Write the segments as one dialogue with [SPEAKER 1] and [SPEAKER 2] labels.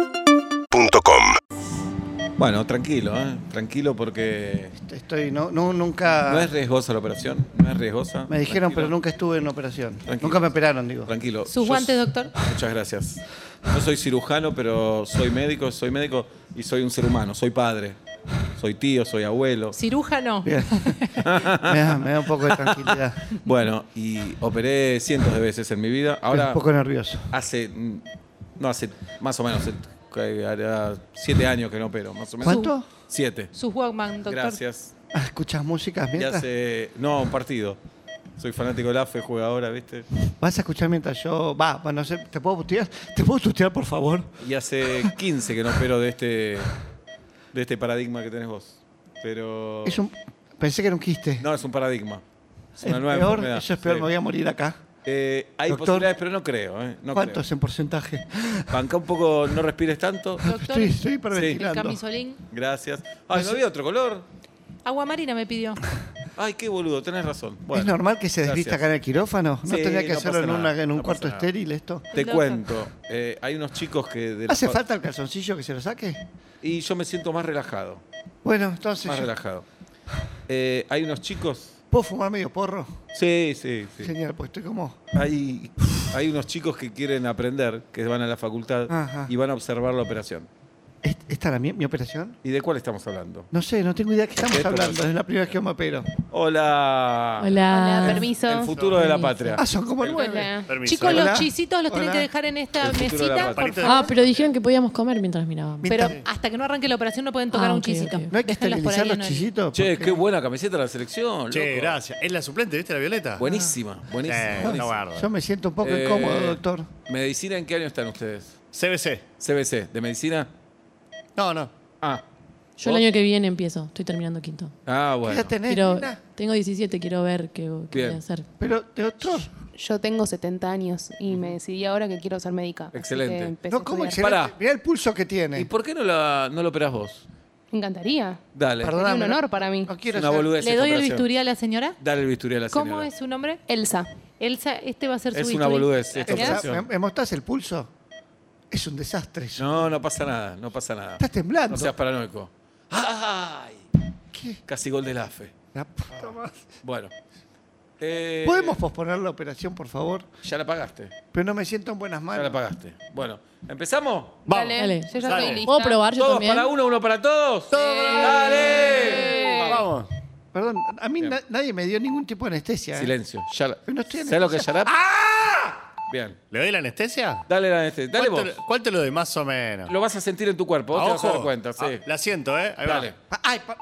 [SPEAKER 1] UrbanaPlayFM.com
[SPEAKER 2] Bueno, tranquilo, ¿eh? tranquilo porque
[SPEAKER 3] Estoy, no, no- nunca.
[SPEAKER 2] no es riesgosa la operación, no es riesgosa.
[SPEAKER 3] Ah. me dijeron,
[SPEAKER 2] Tranquilo.
[SPEAKER 3] pero nunca estuve en operación.
[SPEAKER 2] Tranquilo.
[SPEAKER 3] Nunca me operaron, digo.
[SPEAKER 2] Tranquilo.
[SPEAKER 4] Sus
[SPEAKER 2] Yo-
[SPEAKER 4] guantes, doctor.
[SPEAKER 2] Muchas gracias. No soy cirujano, pero soy médico, soy médico y soy un ser humano, soy padre, soy tío, soy abuelo.
[SPEAKER 4] Cirujano.
[SPEAKER 3] Bien. me, da, me da un poco de tranquilidad.
[SPEAKER 2] Bueno, y operé cientos de veces en mi vida.
[SPEAKER 3] Estoy
[SPEAKER 2] Ahora
[SPEAKER 3] un poco nervioso.
[SPEAKER 2] hace, mm, no hace más o menos, eh, que hará siete años que no opero, más o menos.
[SPEAKER 3] ¿Cuánto?
[SPEAKER 2] Siete.
[SPEAKER 4] Sus Walkman, doctor.
[SPEAKER 2] Gracias.
[SPEAKER 3] Ah, ¿Escuchas músicas
[SPEAKER 2] Y
[SPEAKER 3] mientras?
[SPEAKER 2] hace, no, un partido. Soy fanático del AFE, juega ahora, ¿viste?
[SPEAKER 3] ¿Vas a escuchar mientras yo.? Va, bueno, no sé, ¿te puedo tutear? ¿Te puedo tutear, por favor?
[SPEAKER 2] Y hace 15 que no opero de este, de este paradigma que tenés vos. Pero.
[SPEAKER 3] Es un, pensé que era un quiste.
[SPEAKER 2] No, es un paradigma. Es
[SPEAKER 3] Es
[SPEAKER 2] una nueva
[SPEAKER 3] peor,
[SPEAKER 2] enfermedad.
[SPEAKER 3] eso es peor,
[SPEAKER 2] Sí.
[SPEAKER 3] me voy a morir acá.
[SPEAKER 2] Eh, hay
[SPEAKER 3] Doctor.
[SPEAKER 2] posibilidades, pero no creo. ¿eh? No
[SPEAKER 3] ¿Cuántos en porcentaje?
[SPEAKER 2] creo. Banca un poco, no respires tanto.
[SPEAKER 4] Doctor,
[SPEAKER 3] Estoy, estoy
[SPEAKER 4] el
[SPEAKER 3] hiperventilando.
[SPEAKER 4] camisolín.
[SPEAKER 2] Gracias. Ay, no había otro color.
[SPEAKER 4] Agua marina me pidió.
[SPEAKER 2] Ay, qué boludo, tenés razón. Bueno,
[SPEAKER 3] ¿Es normal que se desvista acá en el quirófano? ¿No
[SPEAKER 2] Sí,
[SPEAKER 3] tendría que
[SPEAKER 2] no
[SPEAKER 3] hacerlo en,
[SPEAKER 2] pasa
[SPEAKER 3] una-
[SPEAKER 2] nada,
[SPEAKER 3] en un
[SPEAKER 2] no
[SPEAKER 3] cuarto
[SPEAKER 2] pasa nada.
[SPEAKER 3] estéril esto?
[SPEAKER 2] Te
[SPEAKER 4] Loco.
[SPEAKER 2] cuento, eh, hay unos chicos que... de la
[SPEAKER 3] ¿Hace
[SPEAKER 2] fa-
[SPEAKER 3] falta el calzoncillo que se lo saque?
[SPEAKER 2] Y yo me siento más relajado.
[SPEAKER 3] Bueno, entonces.
[SPEAKER 2] Más
[SPEAKER 3] yo-
[SPEAKER 2] relajado. Eh, hay unos chicos...
[SPEAKER 3] ¿Puedo fumar medio porro?
[SPEAKER 2] Sí, sí, sí.
[SPEAKER 3] Genial, pues estoy como.
[SPEAKER 2] Hay, hay unos chicos que quieren aprender, que van a la facultad
[SPEAKER 3] Ajá.
[SPEAKER 2] y van a observar la operación.
[SPEAKER 3] ¿Est- ¿Esta era mi, mi operación?
[SPEAKER 2] ¿Y de cuál estamos hablando?
[SPEAKER 3] No sé, no tengo idea de qué estamos
[SPEAKER 2] ¿Qué
[SPEAKER 3] hablando.
[SPEAKER 2] programa?
[SPEAKER 3] Es la primera vez que me opero.
[SPEAKER 2] Hola.
[SPEAKER 5] Hola, Ah,
[SPEAKER 4] Hola,
[SPEAKER 5] permiso.
[SPEAKER 2] El futuro de la patria.
[SPEAKER 3] Ah, son como nueve.
[SPEAKER 4] Hola.
[SPEAKER 6] Permiso.
[SPEAKER 4] Chicos,
[SPEAKER 3] Hola.
[SPEAKER 4] los chisitos los tienen
[SPEAKER 3] Hola.
[SPEAKER 4] que dejar en esta
[SPEAKER 2] El futuro de la
[SPEAKER 4] mesita, por
[SPEAKER 6] patria.
[SPEAKER 4] favor.
[SPEAKER 5] Ah, pero dijeron que podíamos comer mientras mirábamos.
[SPEAKER 4] Pero
[SPEAKER 3] Mientras-
[SPEAKER 4] hasta que no arranque la operación no pueden tocar
[SPEAKER 5] Ah,
[SPEAKER 4] un
[SPEAKER 5] ok,
[SPEAKER 4] chisito.
[SPEAKER 5] ok.
[SPEAKER 3] ¿No hay que
[SPEAKER 4] Déjenlos por
[SPEAKER 3] esterilizar
[SPEAKER 4] ahí
[SPEAKER 3] los
[SPEAKER 4] en el-
[SPEAKER 3] chisitos?
[SPEAKER 2] Che,
[SPEAKER 3] Porque-
[SPEAKER 2] qué buena camiseta de la selección.
[SPEAKER 6] Che,
[SPEAKER 2] loco.
[SPEAKER 6] gracias. Es la suplente, ¿viste la Violeta?
[SPEAKER 2] Buenísima,
[SPEAKER 6] Sí,
[SPEAKER 2] buenísima.
[SPEAKER 6] está
[SPEAKER 2] buenísima.
[SPEAKER 6] bárbaro.
[SPEAKER 3] Yo me siento un poco
[SPEAKER 2] Eh,
[SPEAKER 3] incómodo, doctor.
[SPEAKER 2] ¿Medicina en qué año están ustedes?
[SPEAKER 6] CBC.
[SPEAKER 2] CBC, ¿de medicina?
[SPEAKER 6] No, no.
[SPEAKER 2] Ah,
[SPEAKER 5] Yo el año que viene empiezo, estoy terminando quinto.
[SPEAKER 2] ah
[SPEAKER 3] ¿Qué
[SPEAKER 2] bueno.
[SPEAKER 3] edad tenés,
[SPEAKER 5] Pero
[SPEAKER 3] nena?
[SPEAKER 5] tengo 17, quiero ver qué, qué voy
[SPEAKER 2] Bien.
[SPEAKER 5] a hacer.
[SPEAKER 3] Pero, doctor,
[SPEAKER 7] Yo tengo 70 años y me decidí ahora que quiero ser médica. así que
[SPEAKER 2] Excelente.
[SPEAKER 7] empecé a
[SPEAKER 3] no, ¿cómo
[SPEAKER 7] estudiar.
[SPEAKER 3] excelente?
[SPEAKER 2] Pará.
[SPEAKER 3] Mirá el pulso que tiene.
[SPEAKER 2] ¿Y por qué no, la, no lo operás vos?
[SPEAKER 7] Me encantaría.
[SPEAKER 2] Dale.
[SPEAKER 3] Perdón.
[SPEAKER 7] Sería
[SPEAKER 3] Perdóname,
[SPEAKER 7] un
[SPEAKER 3] no-
[SPEAKER 7] honor para mí.
[SPEAKER 3] No
[SPEAKER 2] Es
[SPEAKER 3] quiero
[SPEAKER 2] una
[SPEAKER 3] ser-
[SPEAKER 2] boludez.
[SPEAKER 4] ¿Le
[SPEAKER 2] esta
[SPEAKER 4] doy el
[SPEAKER 2] operación.
[SPEAKER 4] bisturí a la señora?
[SPEAKER 2] Dale el bisturí a la señora.
[SPEAKER 4] ¿Cómo es su nombre?
[SPEAKER 7] Elsa.
[SPEAKER 4] Elsa, este va a ser su
[SPEAKER 2] Es
[SPEAKER 4] bisturí.
[SPEAKER 2] una boludez esta
[SPEAKER 4] ¿Qué hace?
[SPEAKER 2] operación.
[SPEAKER 3] ¿Me, me mostrás el pulso? Es un desastre eso.
[SPEAKER 2] No, no pasa nada, no pasa nada.
[SPEAKER 3] Estás temblando.
[SPEAKER 2] No seas paranoico. ¡Ay!
[SPEAKER 3] ¿Qué?
[SPEAKER 2] Casi gol del AFE.
[SPEAKER 3] La puta madre.
[SPEAKER 2] Bueno. Eh,
[SPEAKER 3] ¿Podemos posponer la operación, por favor?
[SPEAKER 2] Ya la pagaste.
[SPEAKER 3] Pero no me siento en buenas
[SPEAKER 2] Ya la
[SPEAKER 3] manos.
[SPEAKER 2] pagaste. Bueno, ¿empezamos?
[SPEAKER 6] Vamos.
[SPEAKER 7] Dale.
[SPEAKER 5] Dale.
[SPEAKER 7] Yo ya
[SPEAKER 6] Dale.
[SPEAKER 7] estoy lista.
[SPEAKER 5] ¿Puedo probar yo
[SPEAKER 2] ¿Todos
[SPEAKER 5] también?
[SPEAKER 2] para uno, uno para todos? ¡Dale!
[SPEAKER 5] Eh.
[SPEAKER 6] Vamos.
[SPEAKER 3] Perdón, a mí na- nadie me dio ningún tipo de anestesia. ¿eh?
[SPEAKER 2] Silencio. Ya la-
[SPEAKER 3] Pero no estoy
[SPEAKER 2] ¿Sabes lo que es Yarap? ¡Ah! Bien.
[SPEAKER 6] ¿Le doy la anestesia?
[SPEAKER 2] Dale la este. Dale vos.
[SPEAKER 6] ¿Cuánto, cuánto lo doy más o menos?
[SPEAKER 2] Lo vas a sentir en tu cuerpo, vos
[SPEAKER 6] A
[SPEAKER 2] te vas a
[SPEAKER 6] ojo.
[SPEAKER 3] Oh.
[SPEAKER 2] dar cuenta, sí.
[SPEAKER 6] Ah, la siento, ¿eh? Ahí va.
[SPEAKER 2] Dale.
[SPEAKER 3] Pa- Ay, pa-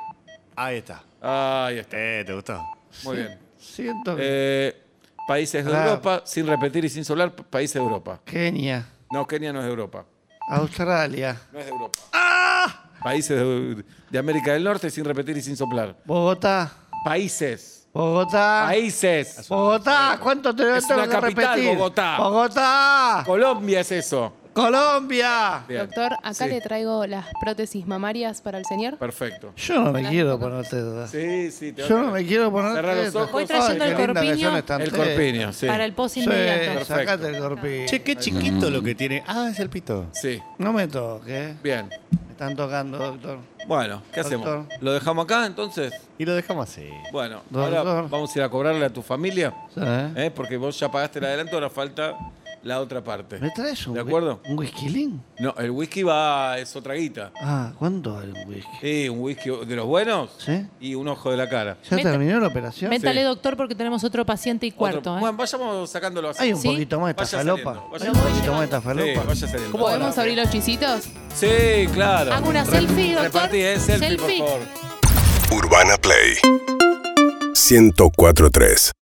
[SPEAKER 6] Ahí está.
[SPEAKER 3] Ah,
[SPEAKER 2] Ahí está.
[SPEAKER 6] Eh, ¿te gustó?
[SPEAKER 2] Muy bien.
[SPEAKER 3] siento que...
[SPEAKER 2] Eh, países de
[SPEAKER 3] Pará.
[SPEAKER 2] Europa, sin repetir y sin solar, pa- países de Europa.
[SPEAKER 3] Kenia,
[SPEAKER 2] No, Kenia no es de Europa.
[SPEAKER 3] Australia,
[SPEAKER 2] No es de Europa.
[SPEAKER 3] ¡Ah!
[SPEAKER 2] Países de, de América del Norte, sin repetir y sin soplar.
[SPEAKER 3] Bogotá,
[SPEAKER 2] Países.
[SPEAKER 3] Bogotá,
[SPEAKER 2] Países.
[SPEAKER 3] Bogotá, ¿cuánto te lo
[SPEAKER 2] Es
[SPEAKER 3] tengo
[SPEAKER 2] una
[SPEAKER 3] que
[SPEAKER 2] capital,
[SPEAKER 3] repetir?
[SPEAKER 2] Bogotá.
[SPEAKER 3] Bogotá,
[SPEAKER 2] Colombia es eso.
[SPEAKER 3] Colombia.
[SPEAKER 2] Bien.
[SPEAKER 7] Doctor, acá
[SPEAKER 2] Sí.
[SPEAKER 7] le traigo las prótesis mamarias para el señor.
[SPEAKER 2] Perfecto.
[SPEAKER 3] Yo no me quiero poner teta.
[SPEAKER 2] Sí, sí. te va
[SPEAKER 3] Yo
[SPEAKER 2] a
[SPEAKER 3] no me
[SPEAKER 2] quedar.
[SPEAKER 3] quiero poner
[SPEAKER 2] Cerrá los
[SPEAKER 3] teta.
[SPEAKER 2] ojos. Voy
[SPEAKER 4] trayendo
[SPEAKER 3] Ay,
[SPEAKER 4] el
[SPEAKER 3] qué linda que
[SPEAKER 4] corpiño.
[SPEAKER 3] son estas
[SPEAKER 2] El
[SPEAKER 3] tetas.
[SPEAKER 2] corpiño, sí.
[SPEAKER 4] Para el post
[SPEAKER 3] Sí,
[SPEAKER 4] inmediato.
[SPEAKER 3] sacate el corpiño.
[SPEAKER 6] Che, qué chiquito lo que tiene. Ah, es el pito.
[SPEAKER 2] Sí,
[SPEAKER 3] No me toques.
[SPEAKER 2] bien.
[SPEAKER 3] Me están tocando, doctor.
[SPEAKER 2] Bueno, ¿qué hacemos?
[SPEAKER 3] Doctor.
[SPEAKER 2] ¿Lo dejamos acá entonces?
[SPEAKER 6] Y lo dejamos así.
[SPEAKER 2] Bueno,
[SPEAKER 3] Doctor.
[SPEAKER 2] ahora vamos a ir a cobrarle a tu familia,
[SPEAKER 3] Sí, ¿eh?
[SPEAKER 2] ¿eh? porque vos ya pagaste el adelanto, ahora falta la otra parte.
[SPEAKER 3] ¿Me traes un,
[SPEAKER 2] ¿De
[SPEAKER 3] whi-
[SPEAKER 2] acuerdo?
[SPEAKER 3] un whiskilín?
[SPEAKER 2] No, el whisky va, es otra guita.
[SPEAKER 3] Ah, ¿cuánto vale un whisky?
[SPEAKER 2] Sí, un whisky de los buenos
[SPEAKER 3] Sí.
[SPEAKER 2] y un ojo de la cara.
[SPEAKER 3] ¿Ya
[SPEAKER 4] Meta-
[SPEAKER 3] terminó la operación?
[SPEAKER 4] Métale,
[SPEAKER 2] Sí.
[SPEAKER 4] doctor, porque tenemos otro paciente y cuarto.
[SPEAKER 2] Otro-
[SPEAKER 4] ¿eh?
[SPEAKER 2] Bueno, vayamos sacándolo así.
[SPEAKER 3] Hay un
[SPEAKER 4] ¿Sí?
[SPEAKER 3] poquito más de
[SPEAKER 2] Vaya
[SPEAKER 3] esta falopa.
[SPEAKER 2] saliendo, vaya
[SPEAKER 3] Hay un poquito
[SPEAKER 2] saliendo.
[SPEAKER 3] más de esta
[SPEAKER 2] Sí,
[SPEAKER 3] falopa.
[SPEAKER 2] vaya saliendo.
[SPEAKER 7] ¿Podemos abrir los chisitos?
[SPEAKER 2] Sí, claro.
[SPEAKER 4] Hago una
[SPEAKER 2] Re-
[SPEAKER 4] selfie, doctor.
[SPEAKER 2] Repartí, eh, selfie, por
[SPEAKER 4] Selfie.
[SPEAKER 2] favor.
[SPEAKER 1] Urbana Play 1043